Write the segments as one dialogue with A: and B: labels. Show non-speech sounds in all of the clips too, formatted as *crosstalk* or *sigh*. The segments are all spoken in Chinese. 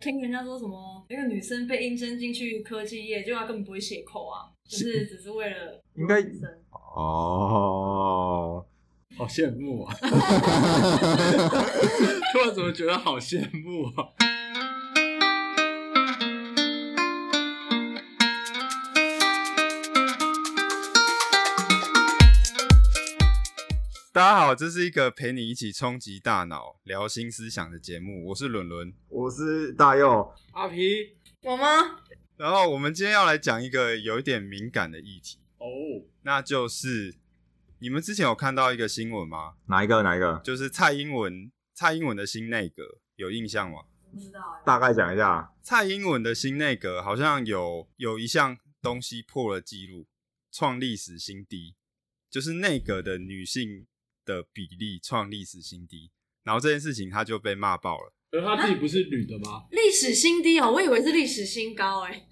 A: 听人家说什么那个女生被应征进去科技业，结果她根本不会写扣啊，就是只是为了
B: 应该
A: 女生
B: 哦，
C: 好羡慕 *laughs* 啊！突然怎么觉得好羡慕啊？
D: 大家好，这是一个陪你一起冲击大脑、聊新思想的节目，我是伦伦。
B: 我是大佑，
C: 阿皮
A: 我吗？
D: 然后我们今天要来讲一个有一点敏感的议题，
C: 哦，
D: 那就是你们之前有看到一个新闻吗？
B: 哪一个？哪一个？
D: 就是蔡英文，蔡英文的新内阁有印象吗？
A: 不知道哎、
B: 大概讲一下。
D: 蔡英文的新内阁好像有有一项东西破了纪录，创历史新低，就是内阁的女性的比例创历史新低。然后这件事情他就被骂爆了。
C: 而他自己不是女的吗？
A: 历史新低哦，我以为是历史新高哎、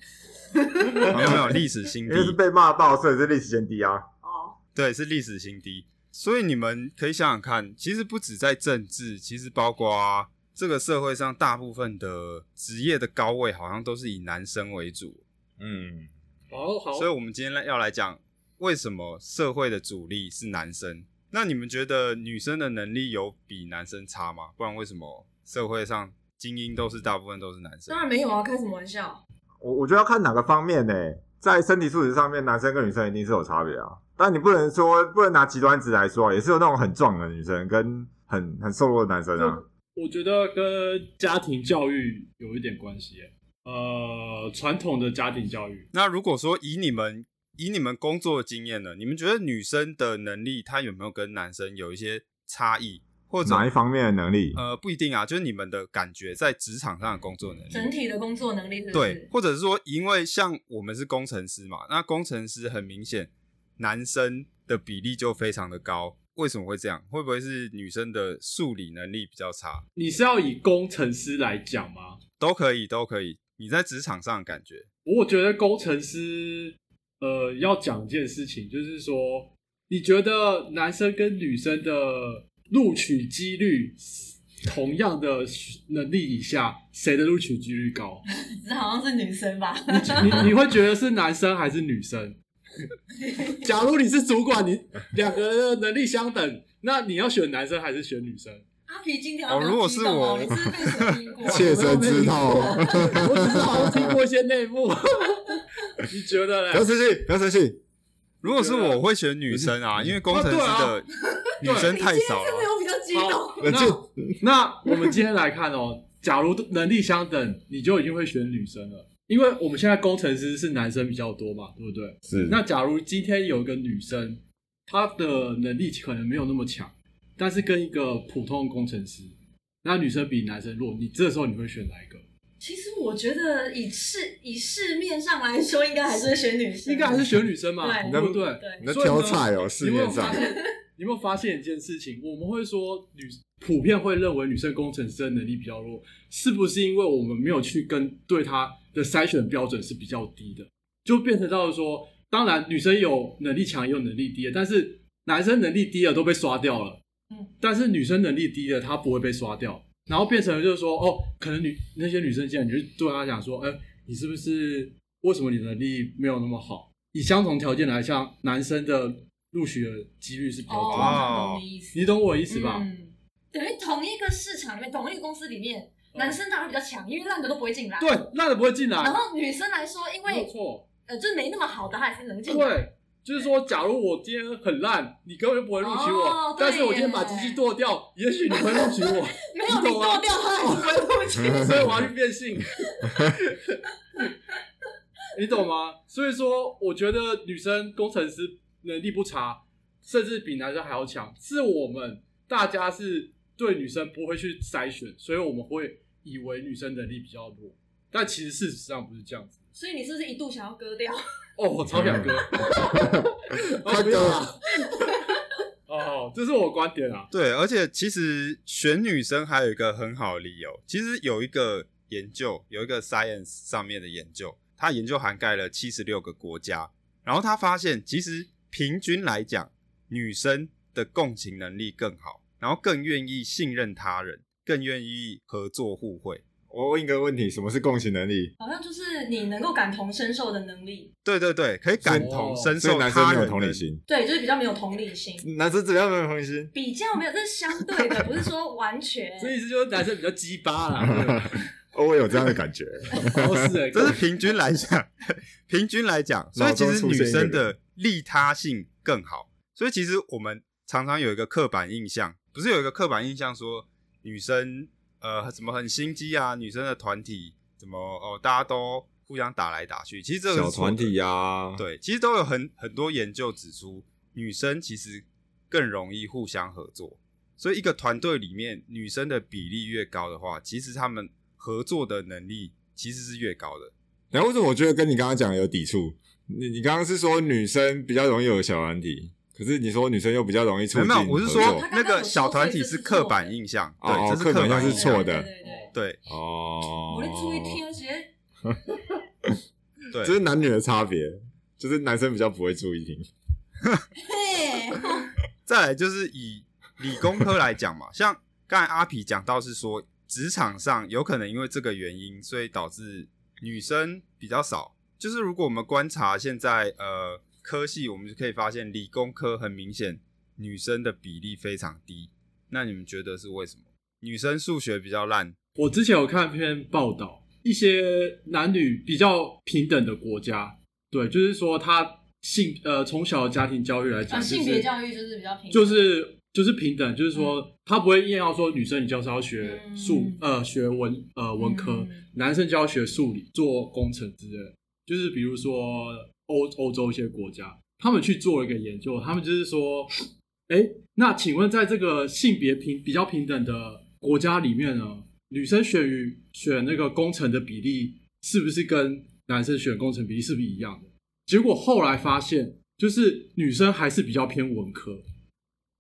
D: 没有没有历史新
B: 因
D: 低，
B: 为是被骂爆，所以是历史先低啊。
A: 哦，
D: 对，是历史新低。所以你们可以想想看，其实不止在政治，其实包括这个社会上大部分的职业的高位，好像都是以男生为主。
B: 嗯，
C: 啊哦好好，
D: 所以，我们今天来要来讲，为什么社会的主力是男生？那你们觉得女生的能力有比男生差吗？不然为什么社会上精英都是大部分都是男生
A: 当？然没有啊，开什么玩笑？
B: 我我觉得要看哪个方面呢、在身体素质上面，男生跟女生一定是有差别啊。但你不能说，不能拿极端值来说啊，也是有那种很壮的女生跟很很瘦弱的男生啊。
C: 我觉得跟家庭教育有一点关系耶。呃，传统的家庭教育，
D: 那如果说以你们以你们工作的经验呢，你们觉得女生的能力她有没有跟男生有一些差异，或者
B: 哪一方面的能力？
D: 呃不一定啊，就是你们的感觉在职场上的工作能
A: 整
D: 力，
A: 体的工作能力是不是？
D: 对，或者是说因为像我们是工程师嘛，那工程师很明显男生的比例就非常的高，为什么会这样？会不会是女生的数理能力比较差？
C: 你是要以工程师来讲吗？
D: 都可以，都可以，你在职场上的感觉，
C: 我觉得工程师，呃，要讲一件事情，就是说，你觉得男生跟女生的录取几率，同样的能力以下，谁的录取几率高？
A: *laughs* 只是好像是女生吧？
C: 你你会觉得是男生还是女生？假如你是主管，你两个人的能力相等，那你要选男生还是选女生？
A: 阿皮今天
D: 哦如果是我
A: 你是不是被谁听
B: *laughs*
A: 过？
E: 切身之痛。
C: 我只是好像听过一些内幕， *laughs* 你觉得
E: 不要
C: 嘞？
E: 生气，不要生气。
D: 如果是我会选女生啊，因为工程师的 *laughs* 女生太少
A: 真的
D: 了。啊
A: 有比较激动。
B: *laughs*
E: 冷静
C: 那那我们今天来看哦， *laughs* 假如能力相等，你就一定会选女生了，因为我们现在工程师是男生比较多嘛，对不对？
B: 是
C: 那假如今天有一个女生，她的能力可能没有那么强，但是跟一个普通工程师，那女生比男生弱，你这时候你会选哪一个？
A: 其实我觉得以市以市面上来说，应该还是会选女生，
C: 应该还是选女生嘛，
A: 对
C: 对不对？
A: 对
E: 你在挑菜哦，市
C: 你有没有
E: 面
C: 发
E: 上
C: 现？你有没有发现一件事情？我们会说女普遍会认为女生工程师的能力比较弱，是不是因为我们没有去跟对她的筛选标准是比较低的，就变成到说，当然女生有能力强也有能力低的，但是男生能力低的都被刷掉了，
A: 嗯，
C: 但是女生能力低的她不会被刷掉，然后变成就是说，哦，可能女那些女生进来，你就对她讲说，哎、你是不是为什么你的能力没有那么好？以相同条件来像男生的录取的几率是比较
A: 哦，
C: 低
A: 我
C: 的，
D: 哦
A: 懂你意思，
C: 你懂我意思吧？
A: 嗯？等于同一个市场里面，同一个公司里面，男生当然比较强，因为烂的都不会进来。
C: 嗯对。，啊那的不会进来
A: 然，后女生来说，因
C: 没有
A: 为
C: 错，
A: 呃，就是没那么好的，她还是能进来。
C: 嗯对。就是说，假如我今天很烂，你根本就不会录取我。
A: 哦对
C: 但是我今天把
A: 耶
C: 机器剁掉，也许你会录取我。
A: 没有你
C: 你懂啊
A: 剁掉，她还是会录取。
C: 所以我要去变性。你懂吗？所以说，我觉得女生工程师能力不差，甚至比男生还要强。是我们大家是对女生不会去筛选，所以我们会以为女生能力比较弱，但其实事实上不是这样子。
A: 所以你是不是一度想要割掉？
C: 哦，我超想哥，哦
E: 快
C: 不要
E: 割
C: 啦！哦，这是我观点啊。
D: 对，而且其实选女生还有一个很好的理由，其实有一个研究，有一个 Science 上面的研究，它研究涵盖了七十六个国家，然后他发现，其实平均来讲，女生的共情能力更好，然后更愿意信任他人，更愿意合作互惠。
B: 我问一个问题，什么是共情能力？
A: 好像就是你能够感同身受的能力，
D: 对对对，可以感同
C: 所以
D: 身
B: 所以
D: 受
B: 男生
D: 他
B: 没有
D: 人
B: 同
D: 的
B: 理，心，
A: 对，就是比较没有同理心，
B: 男生怎样没有同理心？
A: 比较没有，这是相对的，不是说完
C: *laughs*
A: 全。
C: 所以意思就是男生比较鸡巴啦，
B: 哦，我有这样的感觉。
C: 对哦是哎，
D: 这是平均来讲， *laughs* 平均来讲，所以其实女生的利他性更好。所以其实我们常常有一个刻板印象，不是有一个刻板印象说女生呃什么很心机啊，女生的团体怎么哦大家都互相打来打去，其实 *laughs* 这个是
B: 小
D: 错
B: 团
D: 的
B: 体呀，，
D: 对，其实都有很很多研究指出，女生其实更容易互相合作，所以一个团队里面女生的比例越高的话，其实她们合作的能力其实是越高的。
B: 然后为什么我觉得跟你刚刚讲的有抵触？你你刚刚是说女生比较容易有小团体，可是你说女生又比较容易促
D: 没有
B: 进合作，
D: 没有，我是
A: 合作
D: 说
A: 他刚
D: 那
A: 刚有说
D: 个小
A: 所
D: 团
A: 以
D: 体
A: 这
D: 是
A: 是
D: 刻
A: 错
D: 板
A: 的
D: 印象，
B: 哦
D: 对，这
B: 刻
D: 刻
B: 板印
D: 板
B: 象
D: 印
B: 是
D: 象
B: 错
A: 对
B: 的
A: 对对
B: *laughs*
D: 对
B: 哦，
A: 我的注意听，而且
C: *laughs*
D: 对，
B: 这是男女的差别，就是男生比较不会注意听。
A: 嘿，
D: 再来就是以理工科来讲嘛，像刚才阿皮讲到是说，职场上有可能因为这个原因，所以导致女生比较少。就是如果我们观察现在呃科系，我们就可以发现理工科很明显女生的比例非常低。那你们觉得是为什么？女生数学比较烂，
C: 我之前有看篇报道，一些男女比较平等的国家，对，就是说他性呃从小的家庭教育来讲，
A: 啊，
C: 就是
A: 性别教育就是比较平等，
C: 就是就是平等，就是说他不会硬要说女生你就是要学数
A: 嗯
C: 呃学文呃文科
A: 嗯，
C: 男生就要学数理做工程之类的，就是比如说欧欧洲一些国家，他们去做了一个研究，他们就是说，哎，那请问在这个性别平比较平等的国家里面呢，女生选与选那个工程的比例是不是跟男生选工程比例是不是一样的？结果后来发现，就是女生还是比较偏文科，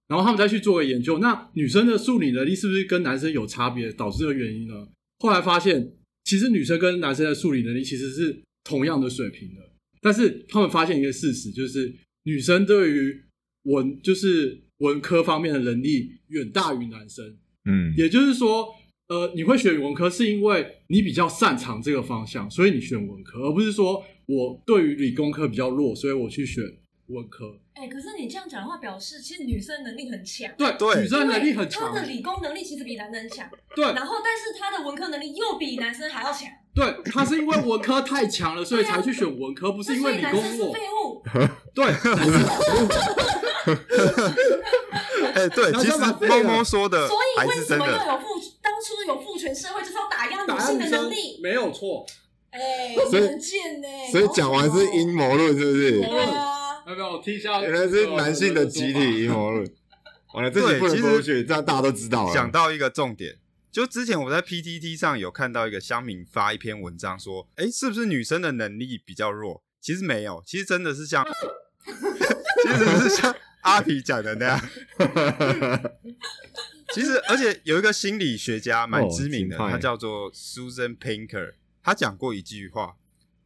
C: 然后他们再去做个研究，那女生的数理能力是不是跟男生有差别，导致的原因呢？后来发现，其实女生跟男生的数理能力其实是同样的水平的，但是他们发现一个事实，就是女生对于文就是文科方面的能力远大于男生，
B: 嗯，
C: 也就是说，呃，你会选语文科是因为你比较擅长这个方向，所以你选文科，而不是说我对于理工科比较弱，所以我去选文科。
A: 哎、可是你这样讲的话，表示其实女生能力很强，
C: 对
D: 对
C: 女生能力很强
A: 她，的理工能力其实比男生强，
C: 对
A: 然后但是她的文科能力又比男生还要强，
C: 对，她是因为文科太强了，所以才去选文科，不是因
A: 所
C: 为
A: 以
C: 理
A: 男
C: 工
A: 生啊是
C: 弱。
A: 废物，
C: 对，
D: 哎、对，
C: 然后
D: 其实
C: 他把这
D: 猫
C: 个
D: 猫说的
A: 所
D: 还
A: 以为
D: 是
A: 什
D: 真
A: 么
D: 的，
A: 要有父当初有父权社会就是要打压
C: 答
A: 女
C: 案
A: 性
C: 女
A: 的
C: 生
A: 能力，
C: 没有错，
A: 哎、
E: 所以
A: 很贱呢、
E: 所以讲完是阴
A: 因，
E: 谋论，是不是？
A: 对啊，
C: 没有没有，我听一下，
E: 原来是男性的集体阴谋论。完了，这集不能播出去，这样大家都知道了。
D: 想到一个重点，就之前我在 PTT 上有看到一个乡民发一篇文章说，哎、是不是女生的能力比较弱？其实没有，其实真的是像， *laughs* 其实是像阿皮讲的那样。其实，而且有一个心理学家蛮知名的，
B: 哦挺派
D: 他叫做 Susan Pinker，他讲过一句话：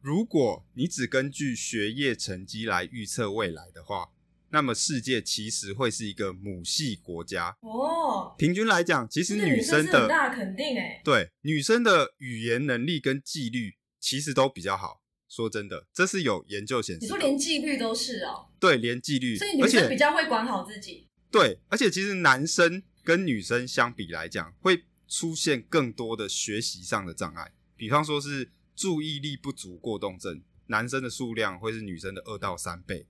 D: 如果你只根据学业成绩来预测未来的话，那么世界其实会是一个母系国家。
A: 哦，
D: 平均来讲，其
A: 这
D: 实
A: 个
D: 女生
A: 是
D: 的
A: 很大的肯定哎、
D: 对女生的语言能力跟纪律其实都比较好。说真的，这是有研究显
A: 你
D: 示
A: 说
D: 的，
A: 连纪律都是哦，
D: 对连纪律
A: 所以，女
D: 嗯而
A: 生比
D: 且
A: 较会管好自己，
D: 对，而且其实男生跟女生相比来讲，会出现更多的学习上的障碍，比方说是注意力不足过动症，男生的数量会是女生的二到三倍，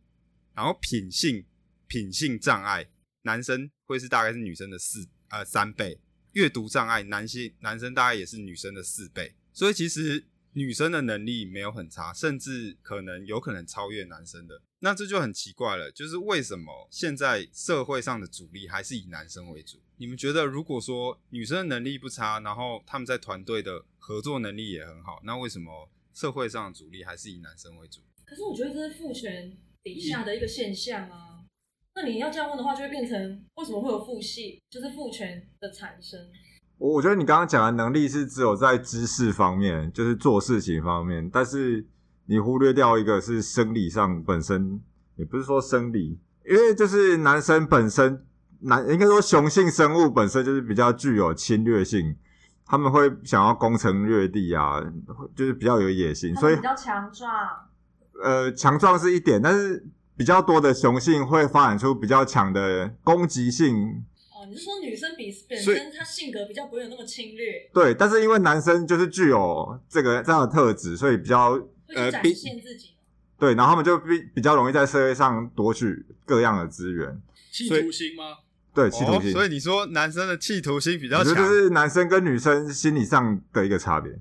D: 然后品性品性障碍，男生会是大概是女生的四呃三倍，阅读障碍，男性男生大概也是女生的四倍，所以其实女生的能力没有很差，甚至可能有可能超越男生的。那这就很奇怪了，就是为什么现在社会上的主力还是以男生为主？你们觉得，如果说女生的能力不差，然后他们在团队的合作能力也很好，那为什么社会上的主力还是以男生为主？
A: 可是我觉得这是父权底下的一个现象啊。那你要这样问的话，就会变成为什么会有父系，就是父权的产生。
B: 我我觉得你刚刚讲的能力是只有在知识方面，就是做事情方面，但是你忽略掉一个是生理上本身，也不是说生理，因为就是男生本身男应该说雄性生物本身就是比较具有侵略性，他们会想要攻城略地啊，就是比较有野心，
A: 他
B: 所
A: 们
B: 以
A: 比较强壮。
B: 呃，强壮是一点，但是比较多的雄性会发展出比较强的攻击性。
A: 哦，你是说女生比本
E: 所以
A: 身她性格比较不会有那么侵略，
B: 对，但是因为男生就是具有这个这样的特质，所以比较
A: 会
E: 呃
A: 去展
E: 比
A: 现自己？
B: 对，然后他们就比比较容易在社会上夺取各样的资源。
C: 企
E: 所以
C: 图心吗？
B: 对，企图
D: 哦，
B: 心，
D: 所以你说男生的企图心比较
B: 我觉
D: 强
B: 得，这是男生跟女生心理上的一个差别，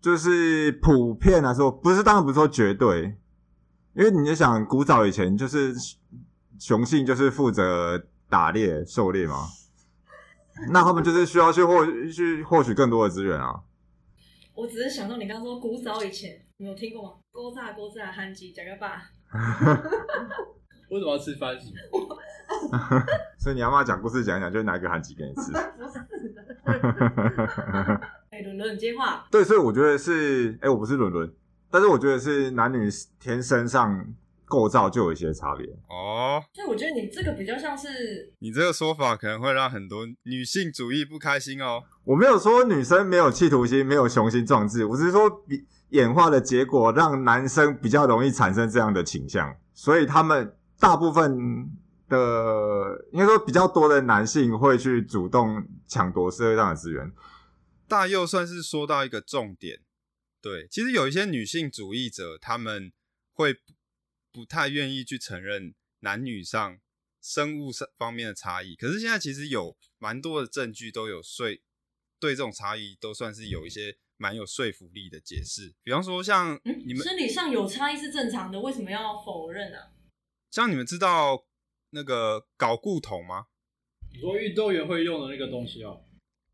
B: 就是普遍来说，不是当然不是说绝对，因为你就想古早以前就是雄性就是负责打猎狩猎嘛，那他们就是需要去获去获取更多的资源啊，
A: 我只是想到你刚刚说古早以前，你有听过吗？勾炸勾炸韩吉讲个爸，
C: 为什么要吃番薯？
B: 所以你阿妈讲故事讲一讲，就拿一个韩籍给你吃。
A: 不是的。哎，伦伦，你接话。
B: 对，所以我觉得是，哎、我不是伦伦，但是我觉得是男女天生上构造就有一些差别。
D: 哦，
A: 所以我觉得你这个比较像是
D: 你这个说法可能会让很多女性主义不开心哦。
B: 我没有说女生没有企图心、没有雄心壮志，我只是说比演化的结果让男生比较容易产生这样的倾向，所以他们大部分的应该说比较多的男性会去主动抢夺社会上的资源。
D: 大佑算是说到一个重点，对，其实有一些女性主义者，他们会不不太愿意去承认男女上生物上方面的差异，可是现在其实有蛮多的证据都有说对这种差异都算是有一些蛮有说服力的解释，比方说像
A: 嗯
D: 你们
A: 生理上有差异是正常的，为什么要否认啊？
D: 像你们知道那个睾固酮吗？
C: 你说运动员会用的那个东西哦，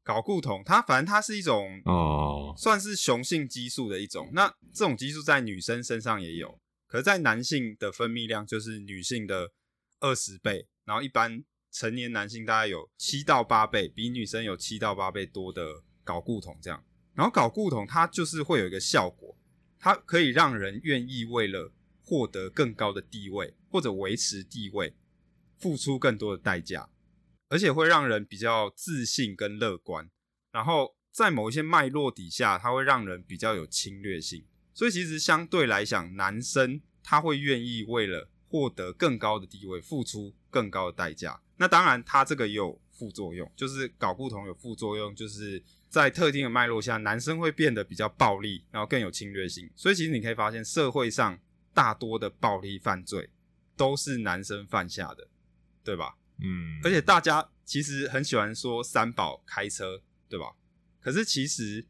D: 睾固酮它反正它是一种
E: 哦，
D: 算是雄性激素的一种。那这种激素在女生身上也有，可是在男性的分泌量就是女性的二十倍，然后一般成年男性大概有七到八倍，比女生有七到八倍多的睾固酮这样。然后睾固酮它就是会有一个效果，它可以让人愿意为了获得更高的地位或者维持地位，付出更多的代价，而且会让人比较自信跟乐观。然后在某一些脉络底下，它会让人比较有侵略性。所以其实相对来讲，男生他会愿意为了获得更高的地位，付出更高的代价。那当然，它这个也有副作用，就是睾固酮有副作用，就是在特定的脉络下，男生会变得比较暴力，然后更有侵略性。所以其实你可以发现，社会上大多的暴力犯罪都是男生犯下的，对吧？
B: 嗯
D: 而且大家其实很喜欢说三宝开车，对吧？可是其实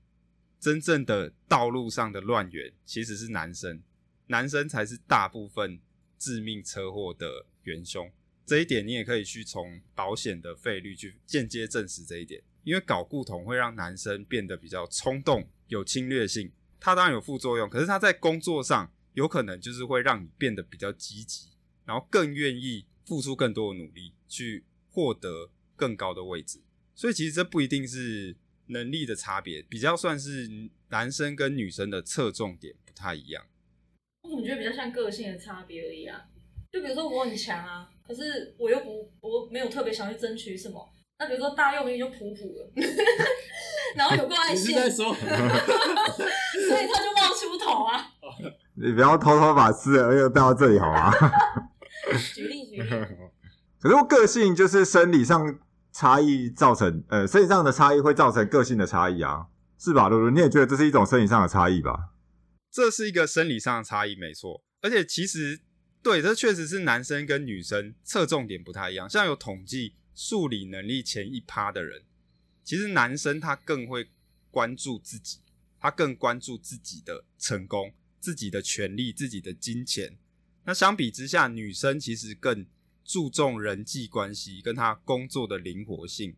D: 真正的道路上的乱源其实是男生，男生才是大部分致命车祸的元凶。这一点你也可以去从保险的费率去间接证实这一点，因为睾固酮会让男生变得比较冲动、有侵略性。它当然有副作用，可是它在工作上有可能就是会让你变得比较积极，然后更愿意付出更多的努力去获得更高的位置。所以其实这不一定是能力的差别，比较算是男生跟女生的侧重点不太一样。
A: 我怎么觉得比较像个性的差别而已啊？就比如说我很强啊，可是我又不，我没有特别想去争取什么。那比如说大佑明明就普普了， *laughs* 然后有够爱
C: 你是
A: 现，
C: 在说 *laughs*
A: 所以他就冒出头啊。
B: 你不要偷偷把私人又带到这里好吗？
A: 举例举例，
B: 可是我个性就是生理上差异造成，呃，生理上的差异会造成个性的差异啊，是吧？露露，你也觉得这是一种生理上的差异吧？
D: 这是一个生理上的差异，没错。而且其实对，这确实是男生跟女生侧重点不太一样。像有统计，数理能力前一趴的人，其实男生他更会关注自己，他更关注自己的成功、自己的权利、自己的金钱。那相比之下，女生其实更注重人际关系跟她工作的灵活性，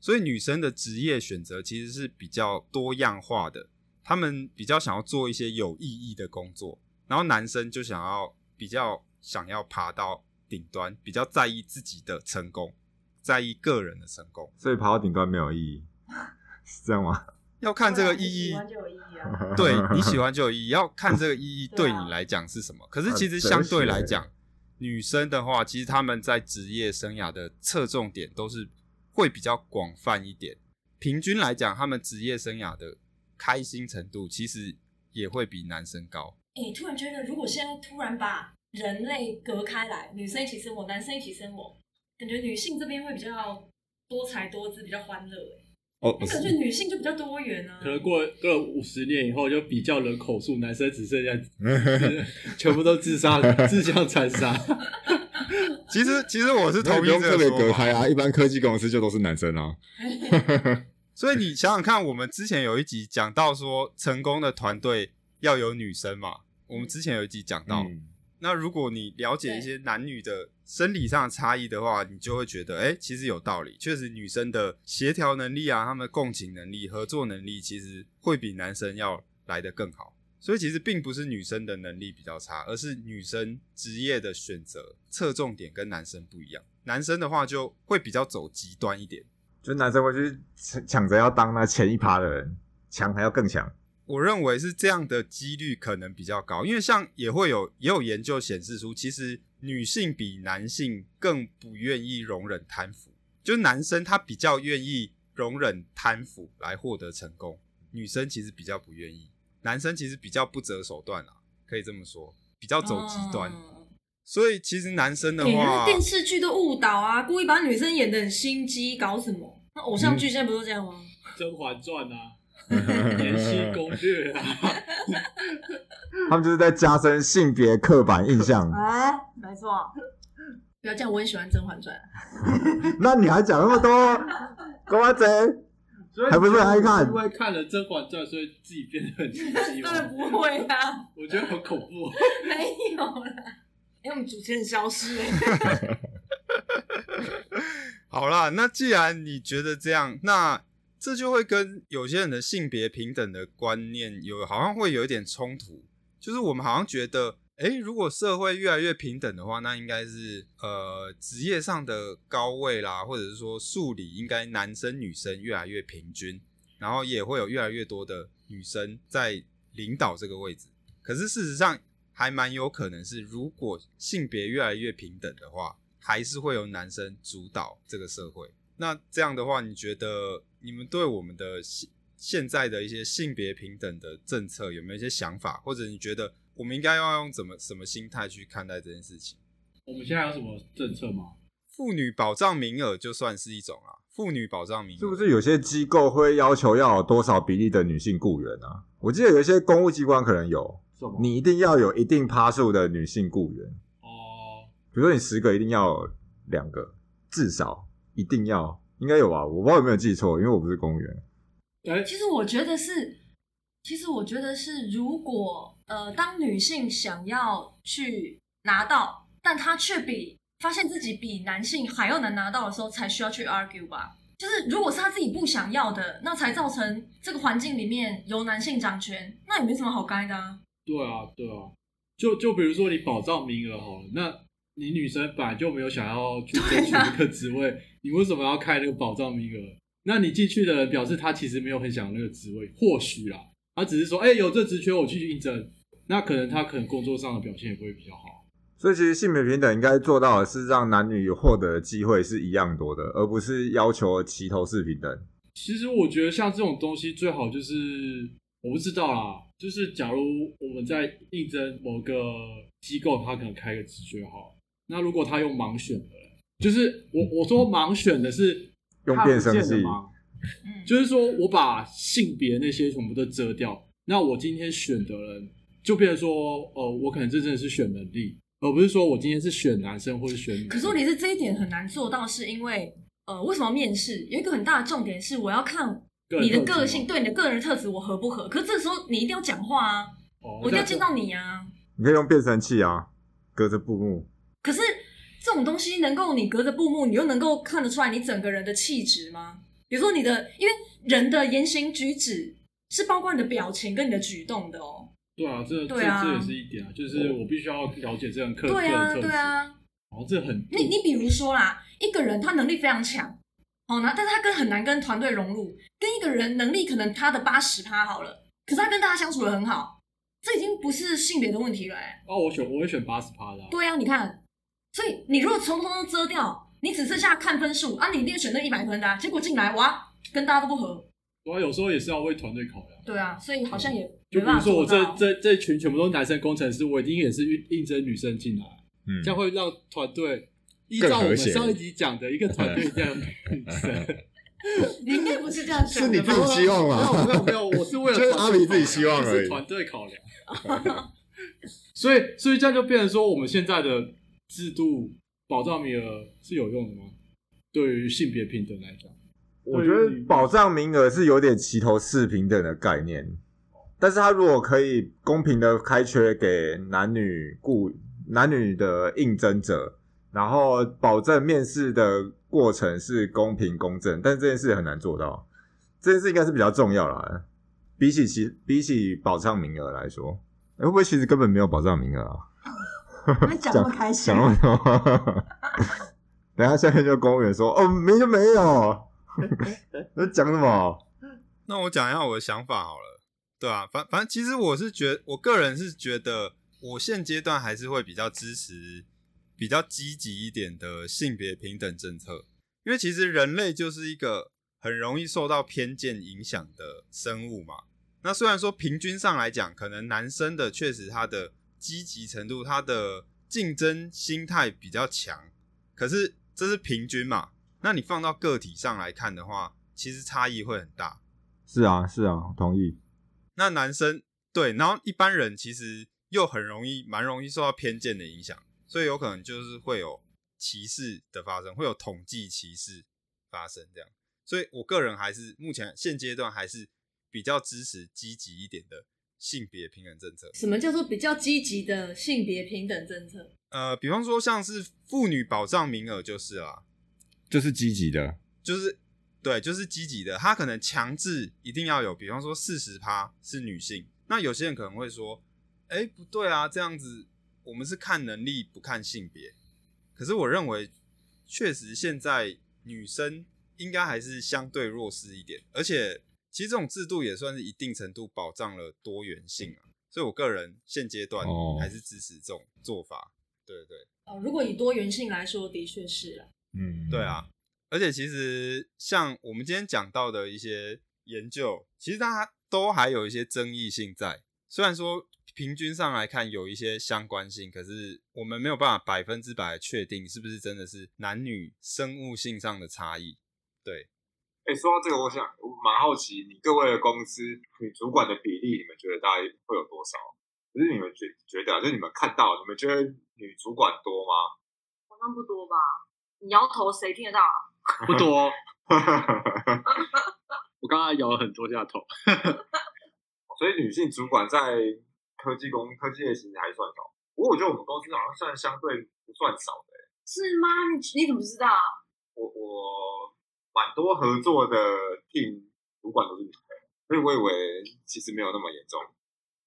D: 所以女生的职业选择其实是比较多样化的。他们比较想要做一些有意义的工作，然后男生就想要比较想要爬到顶端，比较在意自己的成功，在意个人的成功。
B: 所以爬到顶端没有意义， *laughs* 是这样吗？
D: 要 *laughs* 看这个意义，
A: 啊喜欢就有意义
D: *laughs*
A: 啊。
D: 对你喜欢就有意义，要看这个意义
A: 对
D: 对
A: 啊
D: 你来讲是什
A: *laughs*
D: 么。可是其实相对来讲，女生的话，其实她们在职业生涯的侧重点都是会比较广泛一点，平均来讲，他们职业生涯的开心程度其实也会比男生高。
A: 哎、突然觉得，如果现在突然把人类隔开来，女生一起生活，男生一起生活，感觉女性这边会比较多才多姿，比较欢乐、欸。
E: 哦，
A: 哎，
E: 不
A: 感觉
E: 是，
A: 女性就比较多元啊
C: 可。
D: *laughs*
C: 能过个五十年以后，就比较人口数，男生
E: *laughs*
C: 只剩下全部都自杀、自相残杀。
D: 其实，其实我是
E: 那也
D: 同
E: 不
D: 意
E: 用
D: *laughs* 这
E: 特
D: 个
E: 别
D: 说
E: 隔
D: 法。嗯
E: 开啊，一般科技公司就都是男生啊。
D: 所以你想想看，我们之前有一集讲到说，成功的团队要有女生嘛。我们之前有一集讲到，
E: 嗯，
D: 那如果你了解一些男女的生理上的差异的话，你就会觉得，哎、其实有道理。确实，女生的协调能力啊，她们共情能力、合作能力，其实会比男生要来得更好。所以，其实并不是女生的能力比较差，而是女生职业的选择侧重点跟男生不一样。男生的话就会比较走极端一点。
B: 就男生会去抢抢着要当那前一趴的人，强还要更强。
D: 我认为是这样的几率可能比较高，因为像也会有也有研究显示出，其实女性比男性更不愿意容忍贪腐，就男生他比较愿意容忍贪腐来获得成功，女生其实比较不愿意，男生其实比较不择手段啊，可以这么说，比较走极端。
A: 嗯
D: 所以其实男生的
A: 演那
D: 话
A: 个，电视剧都误导啊，故意把女生演的很心机，搞什么？那偶像
D: 嗯
A: 剧现在不都这样吗？
C: 《甄嬛传》啊，《延禧攻略》啊，
B: 他们就是在加深性别刻板印
D: *laughs*
B: 象。
A: 啊，没错。 *laughs* 不要这样，我很喜欢《甄嬛传》。
B: 那你还讲那么
D: *laughs*
B: 多，狗娃贼？
C: 所以
B: 还不是爱看
C: 因为看了《甄嬛传》，所以自己变得很心机
A: *laughs* *laughs* 当然
C: 吗？
A: 不会啊，
C: 我觉得很恐怖。 *laughs*
A: 没有啦。哎、我们主持人消失了。
D: 好啦，那既然你觉得这样，那这就会跟有些人的性别平等的观念有好像会有一点冲突，就是我们好像觉得，诶、如果社会越来越平等的话，那应该是呃职业上的高位啦，或者是说数理应该男生女生越来越平均，然后也会有越来越多的女生在领导这个位置。可是事实上，还蛮有可能是，如果性别越来越平等的话，还是会有男生主导这个社会。那这样的话，你觉得你们对我们的现现在的一些性别平等的政策有没有一些想法，或者你觉得我们应该要用怎么什么心态去看待这件事情？
C: 我们现在有什么政策吗？
D: 妇女保障名额就算是一种啊，妇女保障名额
B: 是不是有些机构会要求要有多少比例的女性雇员啊？我记得有一些公务机关可能有，
C: 什么？
B: 你一定要有一定趴数的女性雇员，
C: 哦，
B: 比如说你十个一定要有两个，至少一定要，应该有吧？我不知道有没有记错，因为我不是公务员。
C: 哎，
A: 其实我觉得是，其实我觉得是，如果呃，当女性想要去拿到，但她却比发现自己比男性还要难拿到的时候，才需要去 argue 吧。就是如果是她自己不想要的，那才造成这个环境里面由男性掌权，那也没什么好该的啊。
C: 对啊，对啊，就就比如说你保障名额好了，那你女生本来就没有想要去争取那个职位，你为什么要开那个保障名额？那你进去的人表示他其实没有很想要那个职位，或许啦，他只是说，哎、有这职缺我去应征，那可能他可能工作上的表现也不会比较好。
B: 所以其实性别平等应该做到的是让男女获得的机会是一样多的，而不是要求齐头式平等。
C: 其实我觉得像这种东西最好就是我不知道啦，就是假如我们在应征某个机构，他可能开个职缺好，那如果他用盲选的嘞，就是我我说盲选的是
B: 用
C: 看不
B: 变
C: 见
B: 声
C: 的
B: 器，
C: 盲，
A: 嗯，
C: 就是说我把性别那些全部都遮掉，那我今天选的人就变成说，呃，我可能这真的是选能力，而不是说我今天是选男生或者选女生。
A: 可是问题是这一点很难做到，是因为呃，为什么面试有一个很大的重点是我要看
C: 个人
A: 你的
C: 特质
A: 个性
C: 嘛，
A: 对你的个人特质我合不合？可是这时候你一定要讲话啊，
C: 哦
A: 我一定要见到你啊。
B: 你可以用变声器啊，隔着布幕。
A: 可是这种东西能够你隔着布幕，你又能够看得出来你整个人的气质吗？比如说你的，因为人的言行举止是包括你的表情跟你的举动的哦。
C: 对啊，这这
A: 对啊
C: 这也是一点啊，就是我必须要了解这样客
A: 对啊，
C: 个人特质
A: 对啊。
C: 然后这很
A: 你你比如说啦，一个人他能力非常强，好呢，但是他跟很难跟团队融入，跟一个人能力可能他的八十趴好了，可是他跟大家相处的很好，这已经不是性别的问题了、欸。
C: 哦，我选我会选八十趴的啊、
A: 对啊，你看，所以你如果从头都遮掉，你只剩下看分数啊，你一定选那一百分的、啊，结果进来哇，跟大家都不合。
C: 对啊，有时候也是要为团队考量。
A: 对啊，所以好像也
C: 就
A: 没
C: 比
A: 办
C: 如
A: 法
C: 说我
A: 做
C: 这
A: 到。
C: 这这群全部都是男生工程师，我一定也是应应征女生进来，
B: 嗯
C: 这，样会让团队依照我
E: 更和
C: 们
E: 谐
C: 上一集讲的一个团队这样女生。
A: 你应该不是这样想
E: 是你
A: 的
E: 自
A: 吧？
E: 己希望嘛
F: 哦
C: 没有没有，我是为 *laughs* 了
E: 就是
C: 团
E: 阿
C: 队
E: 里自己希望
C: 考量
E: 而已
C: 是团队考量。 *laughs* 所以，所以这样就变成说，我们现在的制度保障名额是有用的吗？对于性别平等来讲，
B: 我觉得
C: 对于
B: 保障名额是有点齐头式平等的概念，但是他如果可以公平的开缺给男女雇男女的应征者，然后保证面试的过程是公平公正，但是这件事很难做到，这件事应该是比较重要啦，比起其比起保障名额来说，会不会其实根本没有保障名额啊？
A: 还讲那么开心
B: 想，那么多。 *laughs* 等一下下面就公务员说：“哦，没就没有。” *laughs* 那讲什么？
D: 那我讲一下我的想法好了，对啊，反反正其实我是觉我个人是觉得，我现阶段还是会比较支持比较积极一点的性别平等政策，因为其实人类就是一个很容易受到偏见影响的生物嘛。那虽然说平均上来讲，可能男生的确实他的积极程度、他的竞争心态比较强，可是这是平均嘛。那你放到个体上来看的话，其实差异会很大。
B: 是啊，是啊，我同意。
D: 那男生对，然后一般人其实又很容易，蛮容易受到偏见的影响，所以有可能就是会有歧视的发生，会有统计歧视发生这样。所以我个人还是目前现阶段还是比较支持积极一点的性别平衡政策。
A: 什么叫做比较积极的性别平等政策？
D: 呃，比方说像是妇女保障名额就是啦、
E: 就是积极的，
D: 就是对，就是积极的，他可能强制一定要有，比方说四十趴是女性，那有些人可能会说，哎、不对啊，这样子我们是看能力不看性别，可是我认为确实现在女生应该还是相对弱势一点，而且其实这种制度也算是一定程度保障了多元性啊，所以我个人现阶段
E: 哦
D: 还是支持这种做法，对对对。
A: 哦，如果以多元性来说，的确是啦。
B: 嗯，
D: 对啊，而且其实像我们今天讲到的一些研究，其实它都还有一些争议性在。虽然说平均上来看有一些相关性，可是我们没有办法百分之百地确定是不是真的是男女生物性上的差异。对，
G: 哎、说到这个，我想我蛮好奇，你各位的公司女主管的比例，你们觉得大概会有多少？就是你们觉觉得啊，就是你们看到，你们觉得女主管多吗？
H: 好像不多吧？你摇头谁听得到啊？
F: 不多。哦我刚刚摇了很多下头，
G: *laughs* 所以女性主管在科技工科技业其实还算少，不过我觉得我们公司好像算相对不算少的、
H: 是吗？你你怎么知道？啊
G: 我我蛮多合作的 team 主管都是女的，所以我以为其实没有那么严重。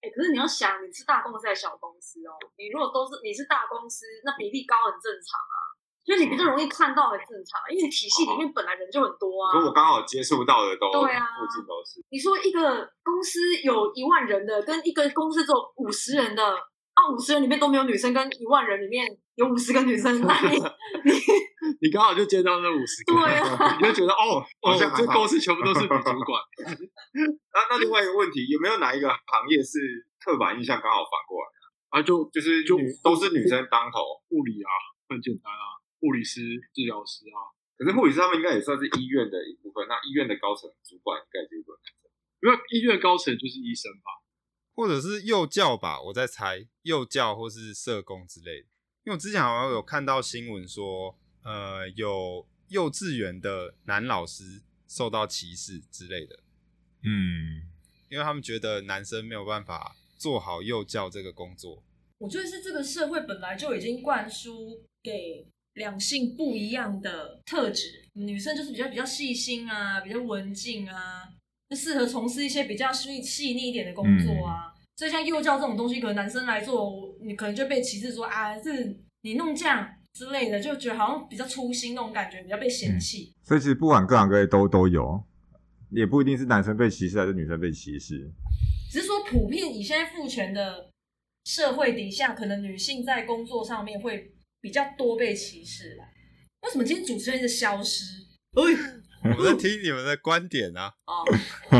H: 哎、可是你要想，你是大公司还是小公司哦？你如果都是你是大公司，那比例高很正常啊，就是你比较容易看到很正常，啊因为你体系里面本来人就很多啊。
G: 所以我刚好接触到的都
H: 对啊
G: 附近都是。
H: 你说一个公司有一万人的，跟一个公司只有五十人的，啊，五十人里面都没有女生，跟一万人里面有五十个女生，那你
F: 你刚好就接到那五十个，
H: 对啊，
F: 你就觉得哦，哦
G: 好像，还
F: 这
G: 好
F: 公司全部都是女主
G: *laughs*
F: 管，
G: 那那另外一个问题，有没有哪一个行业是刻板印象刚好反过来，
F: 啊，就
G: 就是
F: 就
G: 女都是女生当头？
F: 物理啊，很简单啊，物理师、治疗师啊，
G: 可是护理师他们应该也算是医院的一部分，那医院的高层主管应该就是个
F: 因为医院高层就是医生吧，
D: 或者是幼教吧，我在猜幼教或是社工之类的。因为我之前好像有看到新闻说，呃，有幼稚园的男老师受到歧视之类的。
B: 嗯，
D: 因为他们觉得男生没有办法做好幼教这个工作。
A: 我觉得是这个社会本来就已经灌输给两性不一样的特质，女生就是比较比较细心啊，比较文静啊，就适合从事一些比较细细腻一点的工作啊。所以像幼教这种东西，可能男生来做，我你可能就被歧视说啊，这你弄这样之类的，就觉得好像比较粗心那种感觉，比较被嫌弃。
B: 所以其实不管各行各业都都有，也不一定是男生被歧视还是女生被歧视。
A: 只是说普遍以现在父权的社会底下，可能女性在工作上面会比较多被歧视啦。为什么今天主持人一直消失？哎、
D: 我在听你们的观点啊。
A: 哦，
D: *laughs*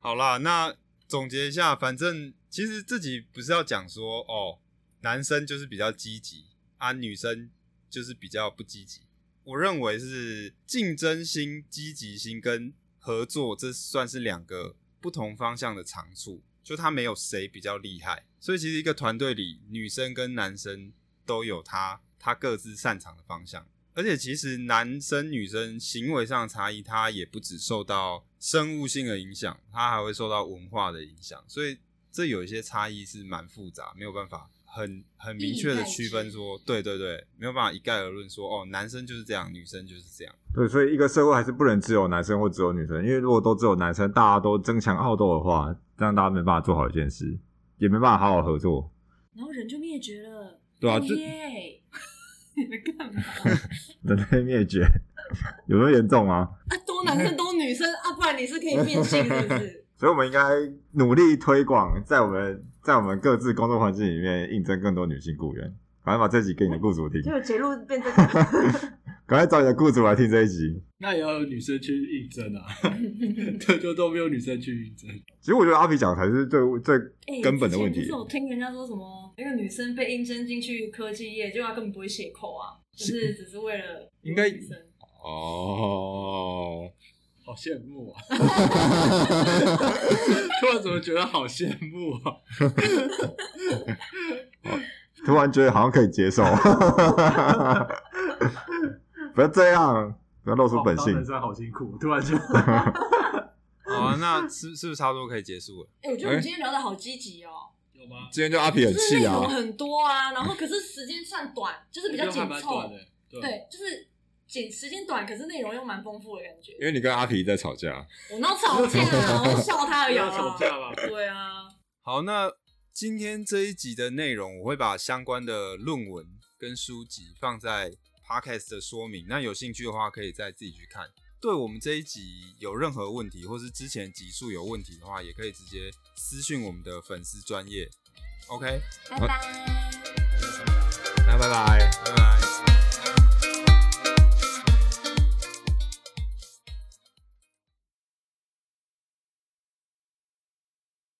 D: 好啦，那总结一下，反正其实自己不是要讲说哦，男生就是比较积极啊，女生就是比较不积极。我认为是竞争心、积极心跟合作，这算是两个不同方向的长处。就他没有谁比较厉害，所以其实一个团队里，女生跟男生都有他他各自擅长的方向。而且其实男生女生行为上的差异，它也不只受到生物性的影响，它还会受到文化的影响，所以这有一些差异是蛮复杂，没有办法很很明确的区分说，对对对，没有办法一概而论说哦，男生就是这样，女生就是这样。
B: 对，所以一个社会还是不能只有男生或只有女生，因为如果都只有男生，大家都争强好斗的话，让大家没办法做好一件事，也没办法好好合作。
A: 然后人就灭绝了。
B: 对啊就
A: 耶！你们干
B: *laughs*
A: 嘛？
B: 人类灭绝有那么严重吗？
A: 啊，多男生多女生啊，不然你是可以变性是不是？
B: 所以我们应该努力推广，在我们在我们各自工作环境里面应征更多女性雇员。赶快把这集给你的雇主听
H: 就，有结论变这个。
B: 赶快找你的雇主来听这一集。
C: 那也要有女生去应 *laughs* 征啊，这就都没有女生去应征。
B: 其实我觉得阿皮讲才是最最
A: 哎
B: 根本的问
A: 之前
B: 题
A: 不是有听人家说什么，那个女生被应征进去科技业，就她根本不会写扣啊，就是只是为了
B: 应该
A: 女生
E: 哦，
C: 好羡慕 *laughs* 啊！突然怎么觉得好羡慕啊？
B: 突然觉得好像可以接受。 *laughs* 不要这样，不要露出本
A: 哦
B: 性。
C: 真的好辛苦，突 *laughs* 然就
D: 好啊，那是是不是差不多可以结束了？
A: 哎、我觉得我们今天聊的好积极哦，
C: 有吗？
E: 今天就阿皮
A: 就
E: 很
A: 是内
E: 气啊
A: 容，很多啊，然后可是时间算短，就是比较紧
C: 还蛮
A: 凑
C: 短，的，
A: 对，就是紧时间短，可是内容又蛮丰富的感觉。
E: 因
C: *laughs*
E: 为你跟阿皮在吵架。
A: 我闹吵架啊，我笑他而
C: 不
A: 已
C: 要
A: 啊。
C: 吵架吧。
A: 对啊，
D: 好，那今天这一集的内容，我会把相关的论文跟书籍放在 podcast 的说明，那有兴趣的话可以再自己去看。对我们这一集有任何问题，或是之前集数有问题的话，也可以直接私讯我们的粉丝专业。OK，
A: 拜拜。
D: 那拜拜，拜拜。